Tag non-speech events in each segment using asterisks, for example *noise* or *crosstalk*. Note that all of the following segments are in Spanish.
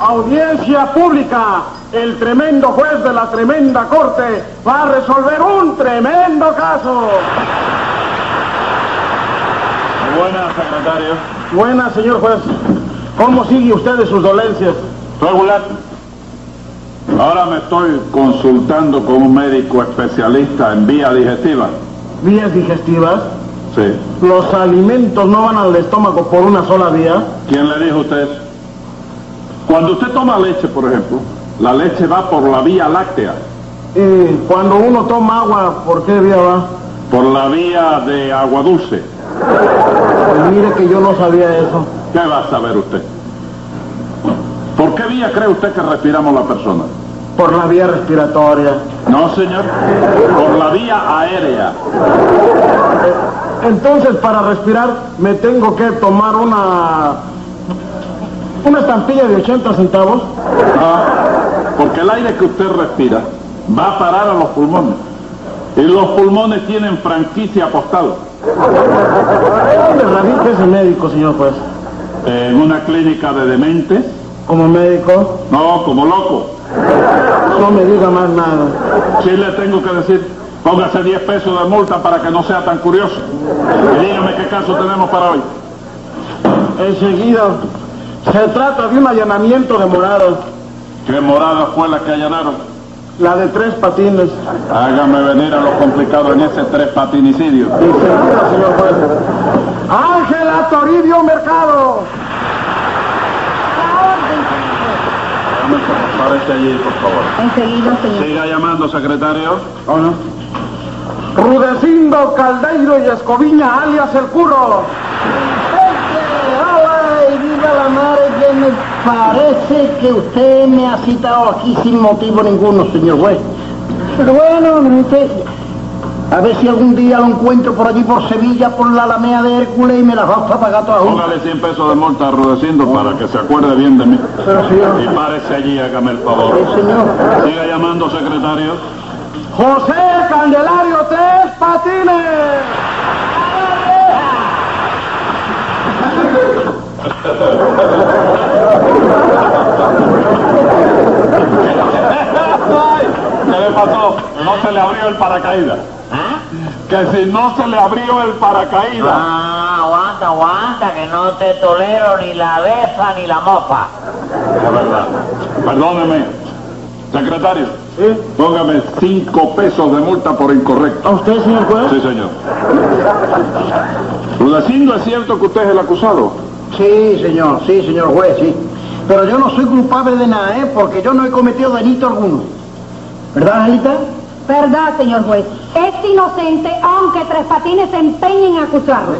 Audiencia pública. El tremendo juez de la tremenda corte va a resolver un tremendo caso. Buenas, secretario. Buenas, señor juez. ¿Cómo sigue usted de sus dolencias? Regular. Ahora me estoy consultando con un médico especialista en vía digestiva. ¿Vías digestivas? Sí. ¿Los alimentos no van al estómago por una sola vía? ¿Quién le dijo a usted eso? Cuando usted toma leche, por ejemplo, la leche va por la vía láctea, Y cuando uno toma agua, ¿por qué vía va? por la vía de agua dulce. Pues mire que yo no sabía eso. ¿Qué va a saber usted? ¿Por qué vía cree usted que respiramos la persona? Por la vía respiratoria. No, señor. Por la vía aérea. Entonces, para respirar, me tengo que tomar una... Una estampilla de 80 centavos. Ah, porque el aire que usted respira va a parar a los pulmones. Y los pulmones tienen franquicia postal ¿Dónde radica ese médico, señor juez? en una clínica de dementes. Como médico, No, como loco. no me diga más nada. Sí le tengo que decir, póngase 10 pesos de multa para que no sea tan curioso. Y dígame qué caso tenemos para hoy. Enseguida, se trata de un allanamiento de morada. ¿Qué morada fue la que allanaron? La de tres patines. Hágame venir a lo complicado en ese tres patinicidio. Enseguida, señor juez. Ángela Toribio Mercado. Párese allí, por favor. Enseguida, señor. Siga llamando, secretario. Rudecindo Caldeiro y Escoviña, alias El Curro. ¡Hala! Y viva la madre que me parece que usted me ha citado aquí sin motivo ninguno, señor juez. Pero bueno, usted... A ver si algún día lo encuentro por allí por Sevilla, por la Alamea de Hércules y me las vas a pagar todas juntas. Póngale 100 pesos de multa a Rudecindo para que se acuerde bien de mí. Pero señor... Y párese allí, hágame el Sí, favor. señor. Siga llamando, secretario. José Candelario Tres Patines. ¡Ay! ¿Qué le pasó? No se le abrió el paracaídas. Que si no se le abrió el paracaídas. Ah, aguanta, aguanta, que no te tolero ni la befa ni la mofa. La verdad. Perdóneme. Secretario, ¿Sí? ¿Eh? póngame 5 pesos de multa por incorrecto. ¿A usted, señor juez? Sí, señor. Rudecindo, ¿es cierto que usted es el acusado? Sí, señor, sí, señor juez, sí. Pero yo no soy culpable de nada, ¿eh? Porque yo no he cometido delito alguno. ¿Verdad, Angelita? ¿Verdad, señor juez? Es inocente aunque Tres Patines se empeñen en acusarlo.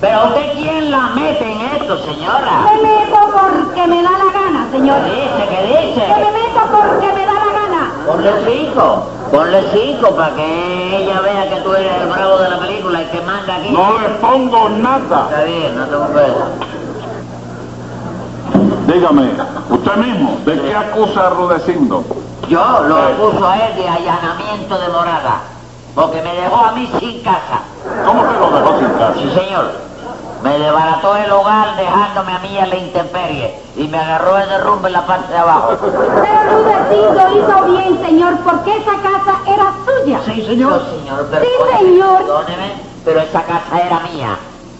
Pero usted quién la mete en esto, señora. Me meto porque me da la gana, ¿Qué señor. dice? ¿Qué Que me dice? meto porque me da la gana. Ponle cinco, ponle cinco para que ella vea que tú eres el bravo de la película, el que manda aquí. No le pongo nada. Está bien, no te preocupes. Dígame, usted mismo, ¿de qué acusa a Rudecindo? Yo lo acuso a él de allanamiento de morada, porque me dejó a mí sin casa. ¿Cómo que lo dejó sin Sí, casa? señor. Me desbarató el hogar dejándome a mí a la intemperie y me agarró el derrumbe en la parte de abajo. Pero Rudecindo hizo bien, señor, porque esa casa era suya. Sí, señor. No, señor, pero- Sí, señor. Perdóneme, pero esa casa era mía.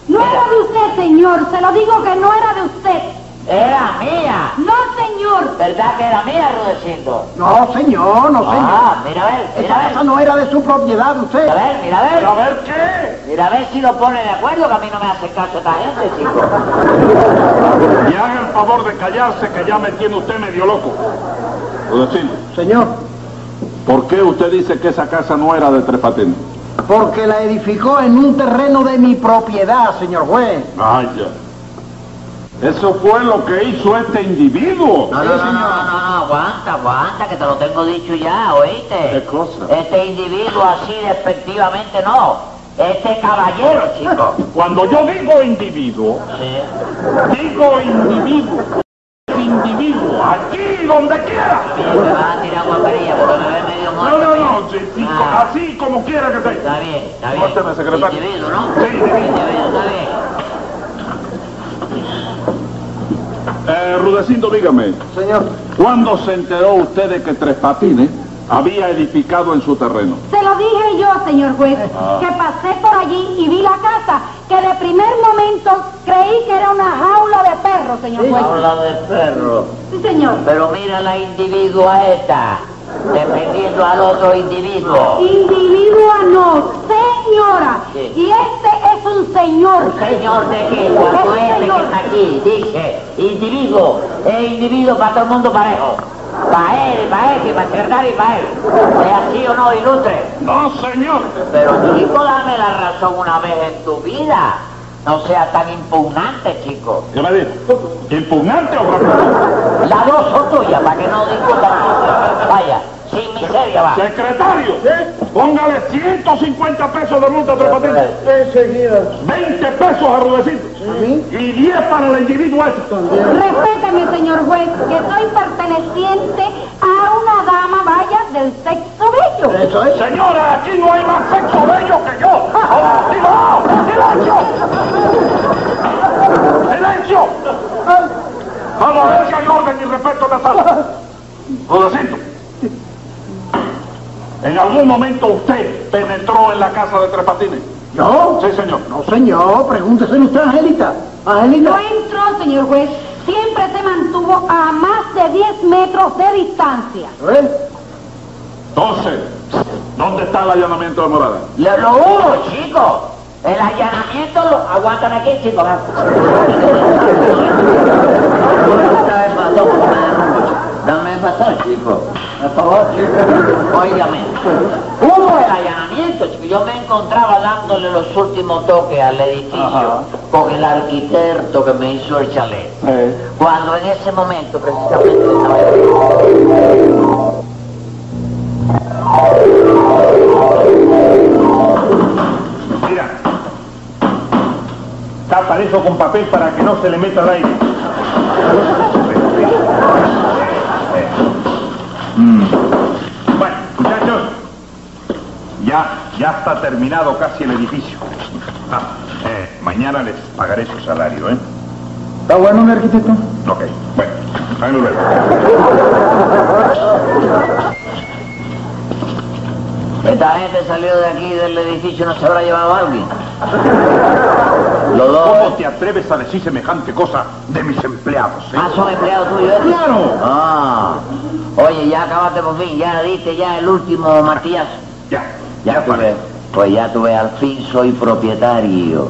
No era, era de usted, señor. Se lo digo que no era de usted. era mía. No, señor. ¿Verdad que era mía, Rudecindo? No, señor, no, señor. Ah, mira a ver, Esa mira a casa ver. no era de su propiedad, usted. Mira a ver, mira a ver. Pero a ver qué. Mira a ver si lo pone de acuerdo, que a mí no me hace caso esta gente, chico. Y haga el favor de callarse, que ya me tiene usted medio loco. Rudecindo, Señor, ¿por qué usted dice que esa casa no era de Tres Patines? porque la edificó en un terreno de mi propiedad, señor juez. Vaya. Eso fue lo que hizo este individuo. No, no, no, no, no, no, no, aguanta, aguanta, que te lo tengo dicho ya, ¿oíste? ¿Qué cosa? Este individuo así despectivamente no. Este caballero, chico. Cuando yo digo individuo, Sí. digo individuo. Sin individuo, aquí, donde quiera. Me vas a tirar guapería porque me ves medio No, muerto. no, mira. no, sí, sí, Ah. así como quiera que sea. Está bien, está bien. Córteme, secretario. Individuo, ¿no? Sí, individuo. Individuo, está bien. Eh, Rudecindo, dígame, Señor, ¿cuándo se enteró usted de que Tres Patines había edificado en su terreno? Se lo dije yo, señor juez, que pasé por allí y vi la casa, que de primer momento creí que era una jaula de perros, señor juez. Habla de perro. Sí, señor. Pero mira la individua esta, defendiendo al otro individuo. Individua no, señora. Sí. Y este es un señor. Un señor de qué, cuando Es este que señor. está aquí, dice, individuo, es individuo para todo el mundo parejo. Para él, para él, para el secretario y para él. ¿Es así o no, ilustre? No, señor. Pero chico, dame la razón una vez en tu vida. No sea tan impugnante, chico. ¿Qué me dijo? ¿Impugnante o gratuito? Las dos son tuyas, para que no discutan. Vaya, sin miseria va. Secretario, póngale 150 pesos de multa a Tres Patines, enseguida. 20 pesos a Rudecindo y 10 para el individuo este. Respétame, señor juez, que soy perteneciente a una dama, vaya, del sexo bello. Eso es. Señora, aquí no hay más sexo bello que yo. ¡Silencio! ¡Silencio! ¡Silencio! Vamos a ver si hay orden y respeto en la sala. Rudecindo, en algún momento usted penetró en la casa de Tres Patines. ¿Yo? Sí, señor. No, señor, pregúnteselo usted, Angelita. No Angelita. eh. entró, señor juez. Siempre se mantuvo a más de 10 metros de distancia. ¿Eh? Entonces, ¿dónde está el allanamiento de morada? Lo, lo hubo, chico. El allanamiento lo aguantan aquí, chicos. Dame pasar, chico. Por favor, chico. Óigame. Hubo el allanamiento, chico. Yo me encontraba dándole los últimos toques al edificio Ajá. con el arquitecto que me hizo el chalet. ¿Eh? Cuando en ese momento, precisamente, estaba yo Mira. Tapa eso con papel para que no se le meta el aire. Bueno, muchachos. Ya, ya está terminado casi el edificio. Ah, eh, mañana les pagaré su salario, ¿eh? ¿Está bueno mi arquitecto? Ok, bueno, ahí nos vemos. Esta gente salió de aquí del edificio, no se habrá llevado a alguien. Los dos. ¿Cómo te atreves a decir semejante cosa de mis empleados, eh? Ah, son empleados tuyos. estos? ¡Claro! Ah. Oye, ya acabaste por fin, ya diste ya el último martillazo. Ya, Ya tú ves. Pues ya tuve, al fin soy propietario.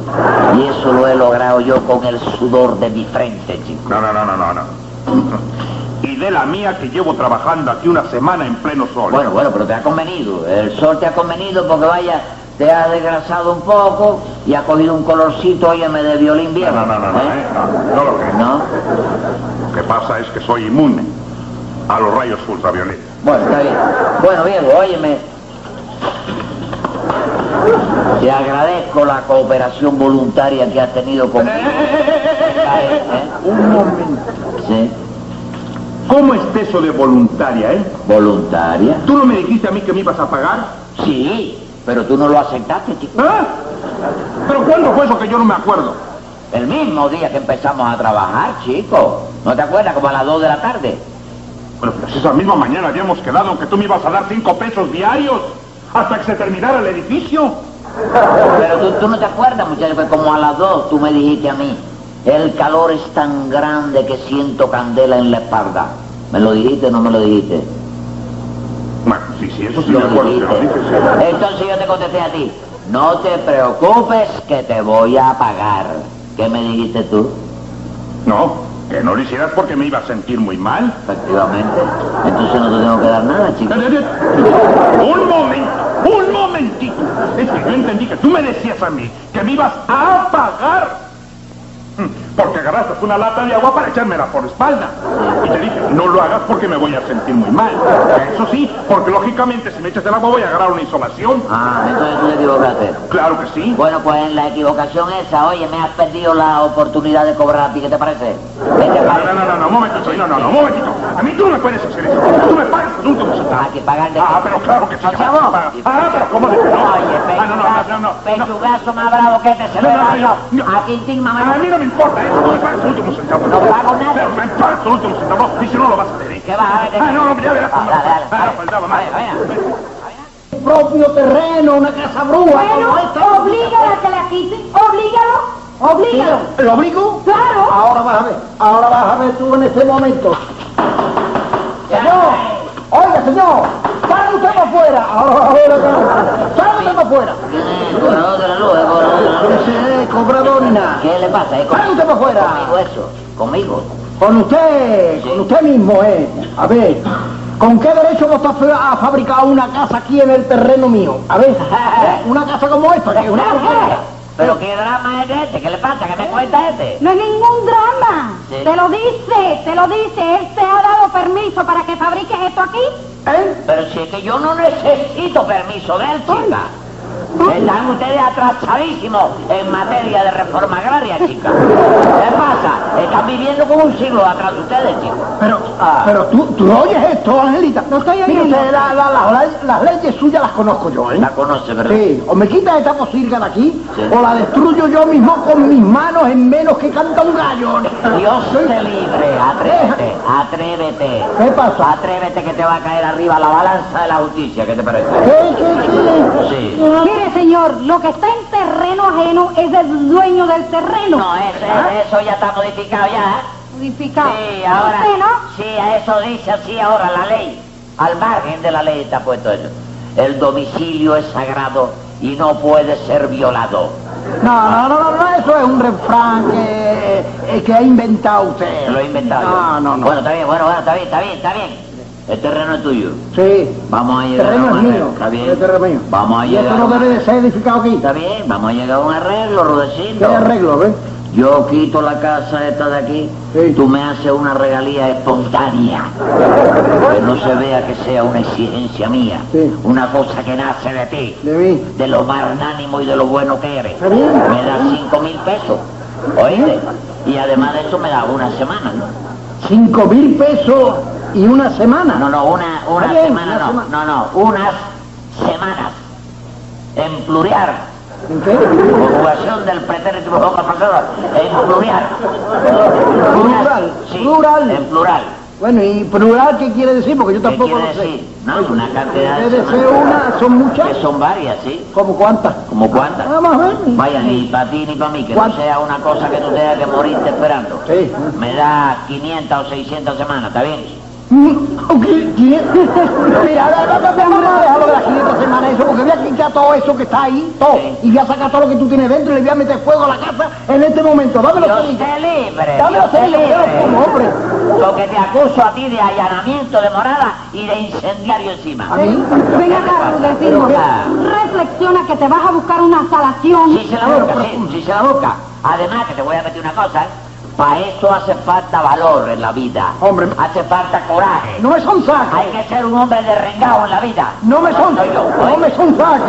Y eso lo he logrado yo con el sudor de mi frente, chico. No, no, no, no, no, no. *laughs* Y de la mía que llevo trabajando aquí una semana en pleno sol. Bueno, bueno, pero te ha convenido. El sol te ha convenido porque vaya, te ha desgrasado un poco y ha cogido un colorcito, óyeme, de violín no, viejo. no, no, no, no, ¿eh? eh, no, no lo creo. ¿No? Lo que pasa es que soy inmune a los rayos ultravioletas. Bueno, está bien. Bueno, viejo, óyeme. Te agradezco la cooperación voluntaria que has tenido conmigo. eh, Un momento. Sí, ¿Cómo es eso de voluntaria, eh? voluntaria. ¿Tú no me dijiste a mí que me ibas a pagar? Sí, pero tú no lo aceptaste, chico. ¿Ah? ¿Pero cuándo fue eso que yo no me acuerdo? El mismo día que empezamos a trabajar, chico. ¿No te acuerdas? Como a las 2 de la tarde. Pero pues esa misma mañana habíamos quedado que tú me ibas a dar cinco pesos diarios hasta que se terminara el edificio. Pero tú, tú no te acuerdas, muchacho, que como a las 2 tú me dijiste a mí, el calor es tan grande que siento candela en la espalda. ¿Me lo dijiste o no me lo dijiste? Bueno, sí, sí, eso sí Lo me Eh. acuerdo. que lo dijiste. dije, sí. Entonces yo te contesté a ti, no te preocupes que te voy a pagar. ¿Qué me dijiste tú? No, que no lo hicieras porque me iba a sentir muy mal. Efectivamente. Entonces no te tengo que dar nada, chico. Un momento, un momentito. Es que yo entendí que tú me decías a mí que me ibas a pagar. Mm, Porque agarraste una lata de agua para echármela por la espalda. Y te dije, no lo hagas porque me voy a sentir muy mal. Eso sí, porque lógicamente si me echas el agua voy a agarrar una insolación. Ah, entonces tú te equivocaste. Claro que sí. Bueno, pues en la equivocación esa, oye, me has perdido la oportunidad de cobrar a ti, ¿qué te parece? Vete a Ah, No, no, no, no, no, un momentito, no, no, no, un momentito. A mí tú no me puedes hacer eso. Tú me pagas los últimos centavos. Hay que pagar de Ah, pero claro que sí. ¿No que se me vos? pagas. Ah, pero ¿cómo de que no? Oye, Ah, no, no, no, no, no, pechugazo, pechugazo más bravo que este se No, lo no, no, he dado yo- yo. A Quintín, no. A mamá. mí no me importa eso, tú me pagas los últimos centavos. No pago nada. Pero me pagas los últimos centavos y si no lo vas a ver. ¿eh? ¿Qué va a ver? Ah, no, no, ya verás. Ah, dale, dale, Ah, dale. faltaba más. Vaya, vaya. propio terreno, una casa brúa. Bueno, como esta. oblígala a que la quite. Oblígalo. Sí, Oblígalo. ¿Lo obligo? Claro. Ahora vas a ver, ahora vas a ver tú en este momento. Señor, oiga señor, salga usted para afuera. Ahora vas a ver acá. Salga usted para afuera. Eh, Cobrador de la luz, eh, cobrador de la luz. Ese es cobrador ni nada. ¿Qué le pasa? eh? Salga Con- usted para afuera. Conmigo eso, conmigo. Con usted, con usted mismo, eh. A ver, ¿con qué derecho vos estás a fabricar una casa aquí en el terreno mío? A ver, ¿eh? una casa como esta, que es una porquería. Pero qué drama es este, ¿qué le pasa? ¿Qué me cuenta este? No es ningún drama. Sí. Te lo dice, te lo dice. Él te ha dado permiso para que fabriques esto aquí. ¿Eh? Pero si es que yo no necesito permiso de él, chica. Están ustedes atrasadísimos en materia de reforma agraria, chica. ¿Qué pasa? Están viviendo con un siglo atrás de ustedes, chicos. Pero, Ah. pero tú, tú no oyes esto, Angelita. No estoy oyendo. las leyes suyas las conozco yo, ¿eh? La conoce, ¿verdad? Sí, o me quitas esta pocilga de aquí, Sí. o la destruyo yo mismo con mis manos en menos que canta un gallo. Dios Sí. te libre, atrévete, atrévete. ¿Qué pasa? Atrévete que te va a caer arriba la balanza de la justicia, ¿qué te ¿Qué, parece? qué, qué? Sí. Mire, señor, lo que está en terreno ajeno es el dueño del terreno. ¿Ah? No, ese- ¿Ah? eso ya está modificado ya, ¿eh? Modificado. Sí, ahora. Usted, ¿no? Sí, a eso dice así ahora la ley. Al margen de la ley está puesto eso. El domicilio es sagrado y no puede ser violado. No, no, no, no, no, eso es un refrán que, eh, que ha inventado usted. Lo he inventado. yo. No, no, no. Bueno, está bien, bueno, bueno, está bien, está bien, está bien. El terreno es tuyo. Sí. Vamos a El llegar a terreno un es mío. arreglo. Está bien. El terreno es mío. Vamos a Y esto llegar. no debe de ser edificado aquí. Está bien, vamos a llegar a un arreglo, ¿Qué Rudecindo. arreglo, ves? Yo quito la casa esta de aquí, Sí. tú me haces una regalía espontánea. Que no se vea que sea una exigencia mía, Sí. una cosa que nace de ti, De mí. de lo magnánimo y de lo bueno que eres. Está bien. Me das cinco mil pesos, ¿oíste? Y además de eso me das una semana, ¿no? Cinco mil pesos y una semana. No, no, una, una Está bien, semana una no, semana. no, no, unas semanas. En plural. ¿En qué? Conjugación del pretérito pasado en plural. Plural, Sí, plural. En plural. Bueno, ¿y plural qué quiere decir? Porque yo ¿Qué tampoco quiere lo sé. decir? No, es una cantidad de Debe ser semanas. una, Ah, son muchas. Que son varias, ¿sí? ¿Como cuántas? ¿Como cuántas? Vamos a ver. Vaya, ni para ti ni para mí, que no ¿Cuánto? sea una cosa que tú tengas que morirte esperando. Sí. Me da 500 o 600 semanas, ¿está bien? ¿Qué? ¿Qué? Mira, no, no, no, déjalo, déjalo de las 500 semanas eso, porque voy a quitar todo eso que está ahí, todo, Sí. y voy a sacar todo lo que tú tienes dentro y le voy a meter fuego a la casa en este momento. Dámelo Yo todo. sé libre. Dame yo los sé celos, libre. pero ¿cómo, hombre? Porque te acuso a ti de allanamiento de morada y de incendiario encima. ¿A mí? Ven acá, Rudecindo. Reflexiona que te vas a buscar una salación. Si se la busca, sí, si se la busca. Además, que te voy a meter una cosa, para eso hace falta valor en la vida. Hombre. Hace falta coraje. No me son Hay que ser un hombre de rengao en la vida. No me son, soy yo, no ¿oí? me son Nana,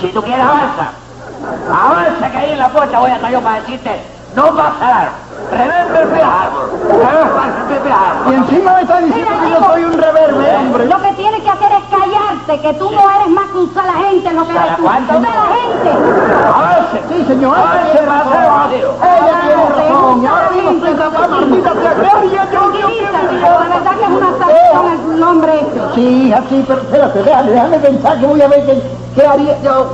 si tú quieres avanza. Avanza que ahí en la puerta voy a estar yo para decirte, no pasar. Remember the árbol. Remember the árbol. Y encima me está diciendo que yo soy un reverbe, hombre. Lo que tienes que hacer es callarte, que tú no eres más que un salagente, lo que eres tú. ¿Salacuánto? Salagente. Sí, señor, A ella ver, tiene pasa, razón. tío. Ella tiene Claro, razón. Y pregunta, ahora mismo pregunta, se tapó, maldita sea. Gloria, yo, yo, Tranquilízate, yo, pero yo. de verdad que es una salación el hombre este. Sí, así, pero espérate, déjame, déjame pensar que voy a ver qué, qué haría. Yo,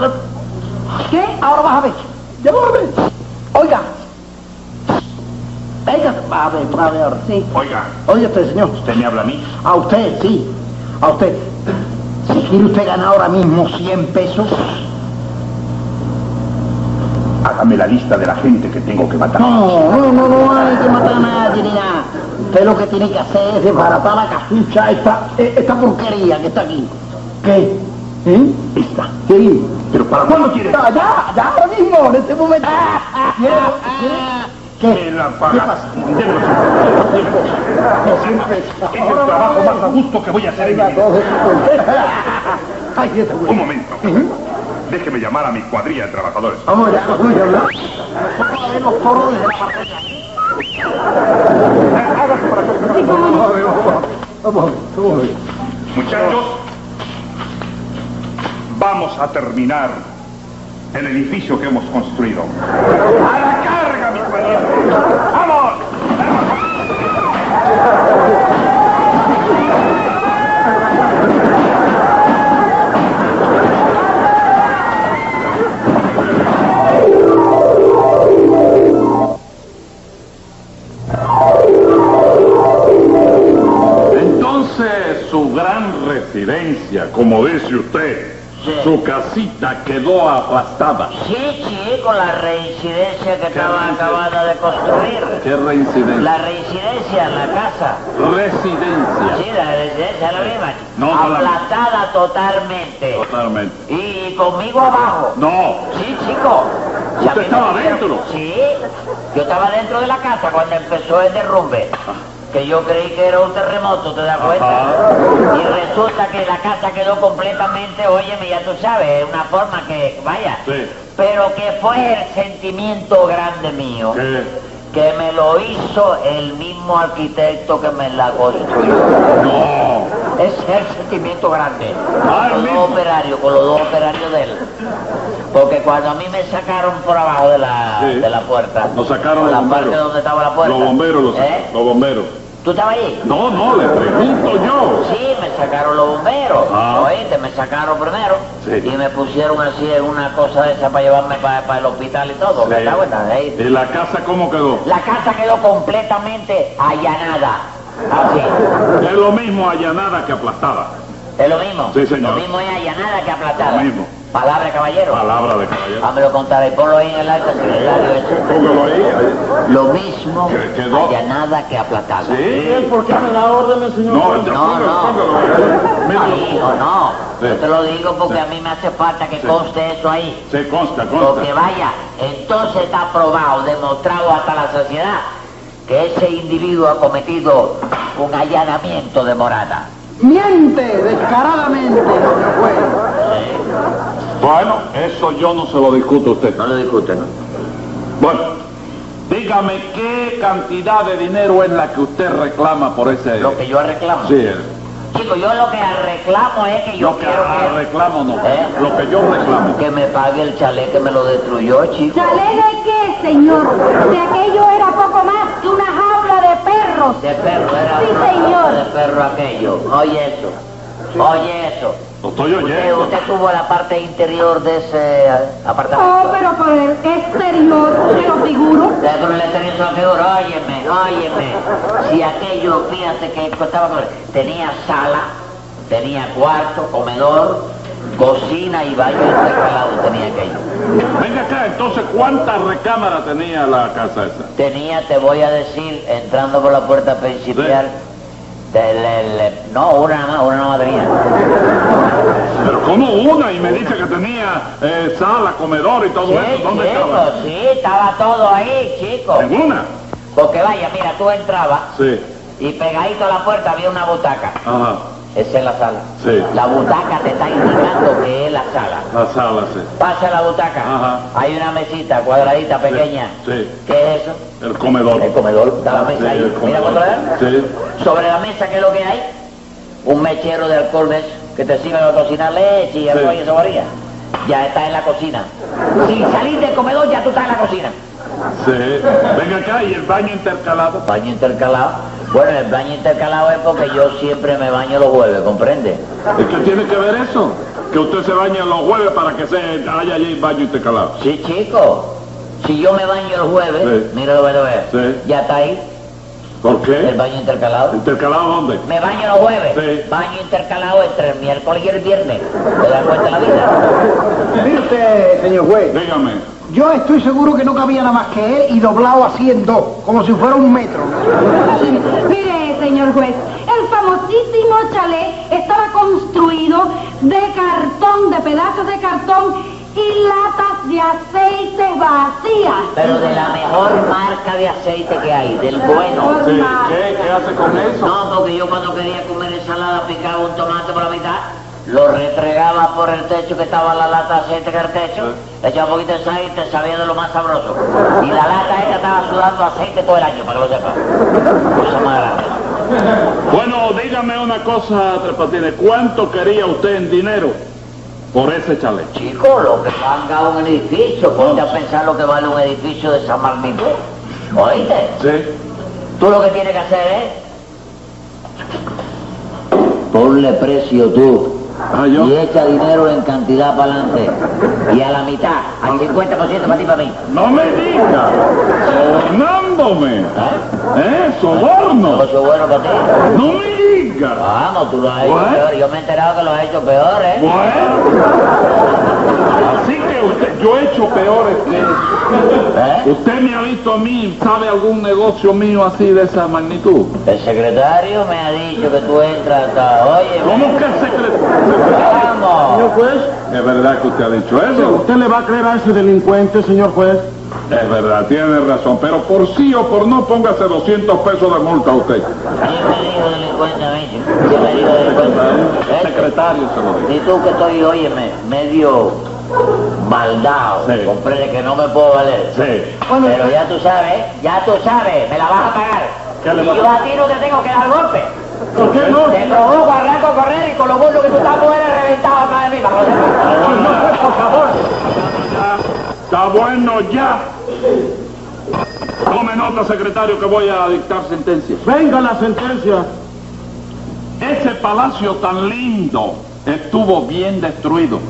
¿Qué? ahora vas a ver. Ya voy a ver. Oiga. Venga, a ver, a ver, ahora. Sí. Oiga, Oye usted, señor. usted me habla a mí. A usted, sí. A usted. Si quiere usted ganar ahora mismo 100 pesos, Hágame la lista de la gente que tengo que matar. No, no, no, no hay que matar a nadie ni nada. Usted lo que tiene que hacer es desbaratar la casucha, esta, eh, esta porquería que está aquí. ¿Qué? ¿Eh? Esta. Sí. ¿Pero para cuándo quiere? Ya, ya, ya, ahora mismo, en este momento. Ah, Quiero- quiero- Me la ¿Qué pagas. pasa? Démoslo. Este Es el trabajo más a gusto que voy a hacer en mi vida. Ay, esta Un güey. momento. Déjeme llamar a mi Ah. cuadrilla de trabajadores. Vamos ya, vamos ya, ¿no? Vamos a ver los toros de la Hágase para acá. Sí, cómo no. Vamos a ver, vamos a ver. Muchachos, vamos a terminar el edificio que hemos construido. ¡A la carga, mis valientes! ¡Vamos! Entonces, su gran residencia, como dice usted, su casita quedó aplastada. Sí, sí, con la reincidencia que estaba reincidencia? acabada de construir. ¿Qué reincidencia? La reincidencia en la casa. Residencia. Sí, la reincidencia, la misma. No, no la- Aplastada totalmente. Totalmente. Y conmigo abajo. No, Sí, chico. Si a ¿Usted mí me estaba dijeron- dentro? Sí, yo estaba dentro de la casa cuando empezó el derrumbe. Que yo creí que era un terremoto, ¿te das cuenta? Y resulta que la casa quedó completamente, óyeme, ya tú sabes, una forma que, vaya. Sí. Pero que fue el sentimiento grande mío, ¿Qué? que me lo hizo el mismo arquitecto que me la construyó. No. Ese es el sentimiento grande. Ah, Con los mismo. dos operarios, con los dos operarios de él. Porque cuando a mí me sacaron por abajo de la, Sí. de la puerta. Nos sacaron los por la parte bomberos. donde estaba la puerta. Los bomberos, los, ¿Eh? los bomberos. ¿Tú estabas ahí? No, no, le pregunto yo. Sí, me sacaron los bomberos. Ah. Oíste, me sacaron primero. Sí. Y me pusieron así en una cosa de esa para llevarme para el hospital y todo. ¿Me das cuenta? Ahí. ¿Y la casa cómo quedó? La casa quedó completamente allanada. *laughs* Así. Es lo mismo allanada que aplastada. Es lo mismo. Sí, señor. Lo mismo es allanada que aplastada. Lo mismo. Palabra de caballero. Palabra de caballero. Ah, me lo contaré. Ponlo ahí en el acta secretario. ese. Póngalo ahí. ahí. Lo mismo Que- quedó. allanada que aplatada. Sí. ¿Por qué me da órdenes, señor? No, ya, No, póngalo, no. póngalo ahí. No, hijo, Míralo. no. Sí. Yo te lo digo porque Sí. a mí me hace falta que Sí. conste eso ahí. Se consta, Porque consta. vaya, entonces está probado, demostrado hasta la sociedad que ese individuo ha cometido un allanamiento de morada. Miente descaradamente, señor juez. Bueno, eso yo no se lo discuto a usted. No lo discuten. Bueno, dígame qué cantidad de dinero es la que usted reclama por ese... Lo que yo reclamo. Sí, eh, Chico, yo lo que reclamo es que yo lo que quiero ah, que... reclamo no, ¿Eh? lo que yo reclamo. Que me pague el chalet que me lo destruyó, chico. ¿Chalé de qué, señor? Si aquello era poco más que una jaula de perros. De perro era. Sí, señor. De perro aquello. Oye eso. Oye eso. Lo estoy Usted, oyendo. usted tuvo la parte interior de ese eh, Oh, apartamento. pero por el exterior, te lo figuro. De con el exterior se lo figura. Óyeme, óyeme. Si aquello, fíjate que costaba. con- Tenía sala, tenía cuarto, comedor, cocina y baño intercalado tenía aquello. Venga acá, entonces, ¿cuántas recámaras tenía la casa esa? Tenía, te voy a decir, entrando por la puerta principal, del- el- el- no, una nada más, una nada más tenía. Pero como una y me dice que tenía eh, sala, comedor y todo Sí, pues. eso, ¿dónde chico, estaba? pues sí, estaba todo ahí, chico. ¿Ninguna? Porque vaya, mira, tú entrabas Sí. y pegadito a la puerta había una butaca. Ajá. Esa es la sala. Sí. La butaca te está indicando que es la sala. La sala, sí. Pasa la butaca. Ajá. Hay una mesita cuadradita pequeña. Sí. ¿Qué es eso? El comedor. El comedor. Está la mesa Sí, ahí. el Mira, comedor. controlar. Sí. Sobre la mesa, ¿qué es lo que hay? Un mechero de alcohol de esos que te sirven para cocinar leche y arroz Sí. y esa varilla. Ya estás en la cocina. Sin salir del comedor, ya tú estás en la cocina. Sí. Venga acá, ¿y el baño intercalado? Baño intercalado. Bueno, el baño intercalado es porque yo siempre me baño los jueves, ¿comprende? ¿Y qué tiene que ver eso? Que usted se bañe los jueves para que se haya allí baño intercalado. Sí, chico. Si yo me baño los jueves, Sí. mira lo que lo veo. Sí. Ya está ahí, ¿Por el qué? baño intercalado. ¿Intercalado dónde? Me baño los jueves. Sí. Baño intercalado entre el miércoles y el viernes. ¿Te das cuenta de la vida? Mire usted, señor juez. Dígame. Yo estoy seguro que no cabía nada más que él y doblado así en dos, como si fuera un metro. Mire, señor juez, el famosísimo chalet estaba construido de cartón, de pedazos de cartón y latas de aceite vacías. Pero de la mejor marca de aceite que hay, del bueno. Sí. ¿Qué, qué hace con eso? No, porque yo cuando quería comer ensalada picaba un tomate por la mitad lo retregaba por el techo que estaba la lata de aceite que era el techo, le echaba un poquito de aceite, sabía de lo más sabroso. Y la lata esta estaba sudando aceite todo el año, para que lo sepa. Cosa más grande. Bueno, dígame una cosa, Tres Patines. ¿Cuánto quería usted en dinero por ese chalet? Chico, lo que valga un edificio, ponte a pensar lo que vale un edificio de San Martín. ¿Oíste? Sí. Tú lo que tienes que hacer es Ponle precio tú. Ah, yo. Y echa dinero en cantidad para adelante. Y a la mitad, al 50% para ti y para mí. No me diga. Sobornándome. ¿Eh? Soborno. negocio bueno para ti. No me diga. Vamos, tú lo has hecho Bueno. peor. Yo me he enterado que lo has hecho peor, ¿eh? Bueno. Así que usted, yo he hecho peores que eso. ¿Eh? ¿Usted me ha visto a mí? ¿Sabe algún negocio mío así de esa magnitud? El secretario me ha dicho que tú entras hasta... Oye, ¿Cómo que secretario? vamos. Señor juez, Es verdad que usted ha dicho eso. ¿usted le va a creer a ese delincuente, señor juez? Es verdad, tiene razón. Pero por sí o por no, póngase 200 pesos de multa a usted. ¿Quién me dijo delincuente a mí, chico? ¿Quién me dijo delincuente? ¿Eh? Secretario, se lo digo. Y tú que estoy, óyeme, medio baldado, Sí. comprende que no me puedo valer. Sí. Pero ya tú sabes, ya tú sabes, me la vas a pagar. ¿Qué le y vas a- yo a ti no te tengo que dar golpe. ¿Por qué no? Te provoco, arranco a correr y con lo bueno que tú estás, tú eres reventado atrás de mí. para que lo sepas. *laughs* Está bueno ya. Tome nota, secretario, que voy a dictar sentencia. Venga la sentencia. Ese palacio tan lindo estuvo bien destruido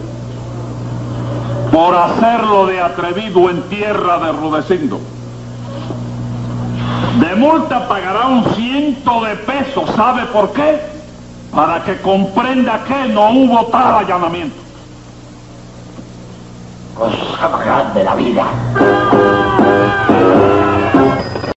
por hacerlo de atrevido en tierra de Rudecindo. De multa pagará un ciento de pesos, ¿sabe por qué? Para que comprenda que no hubo tal allanamiento. Cosa más grande la vida. ¡Vamos!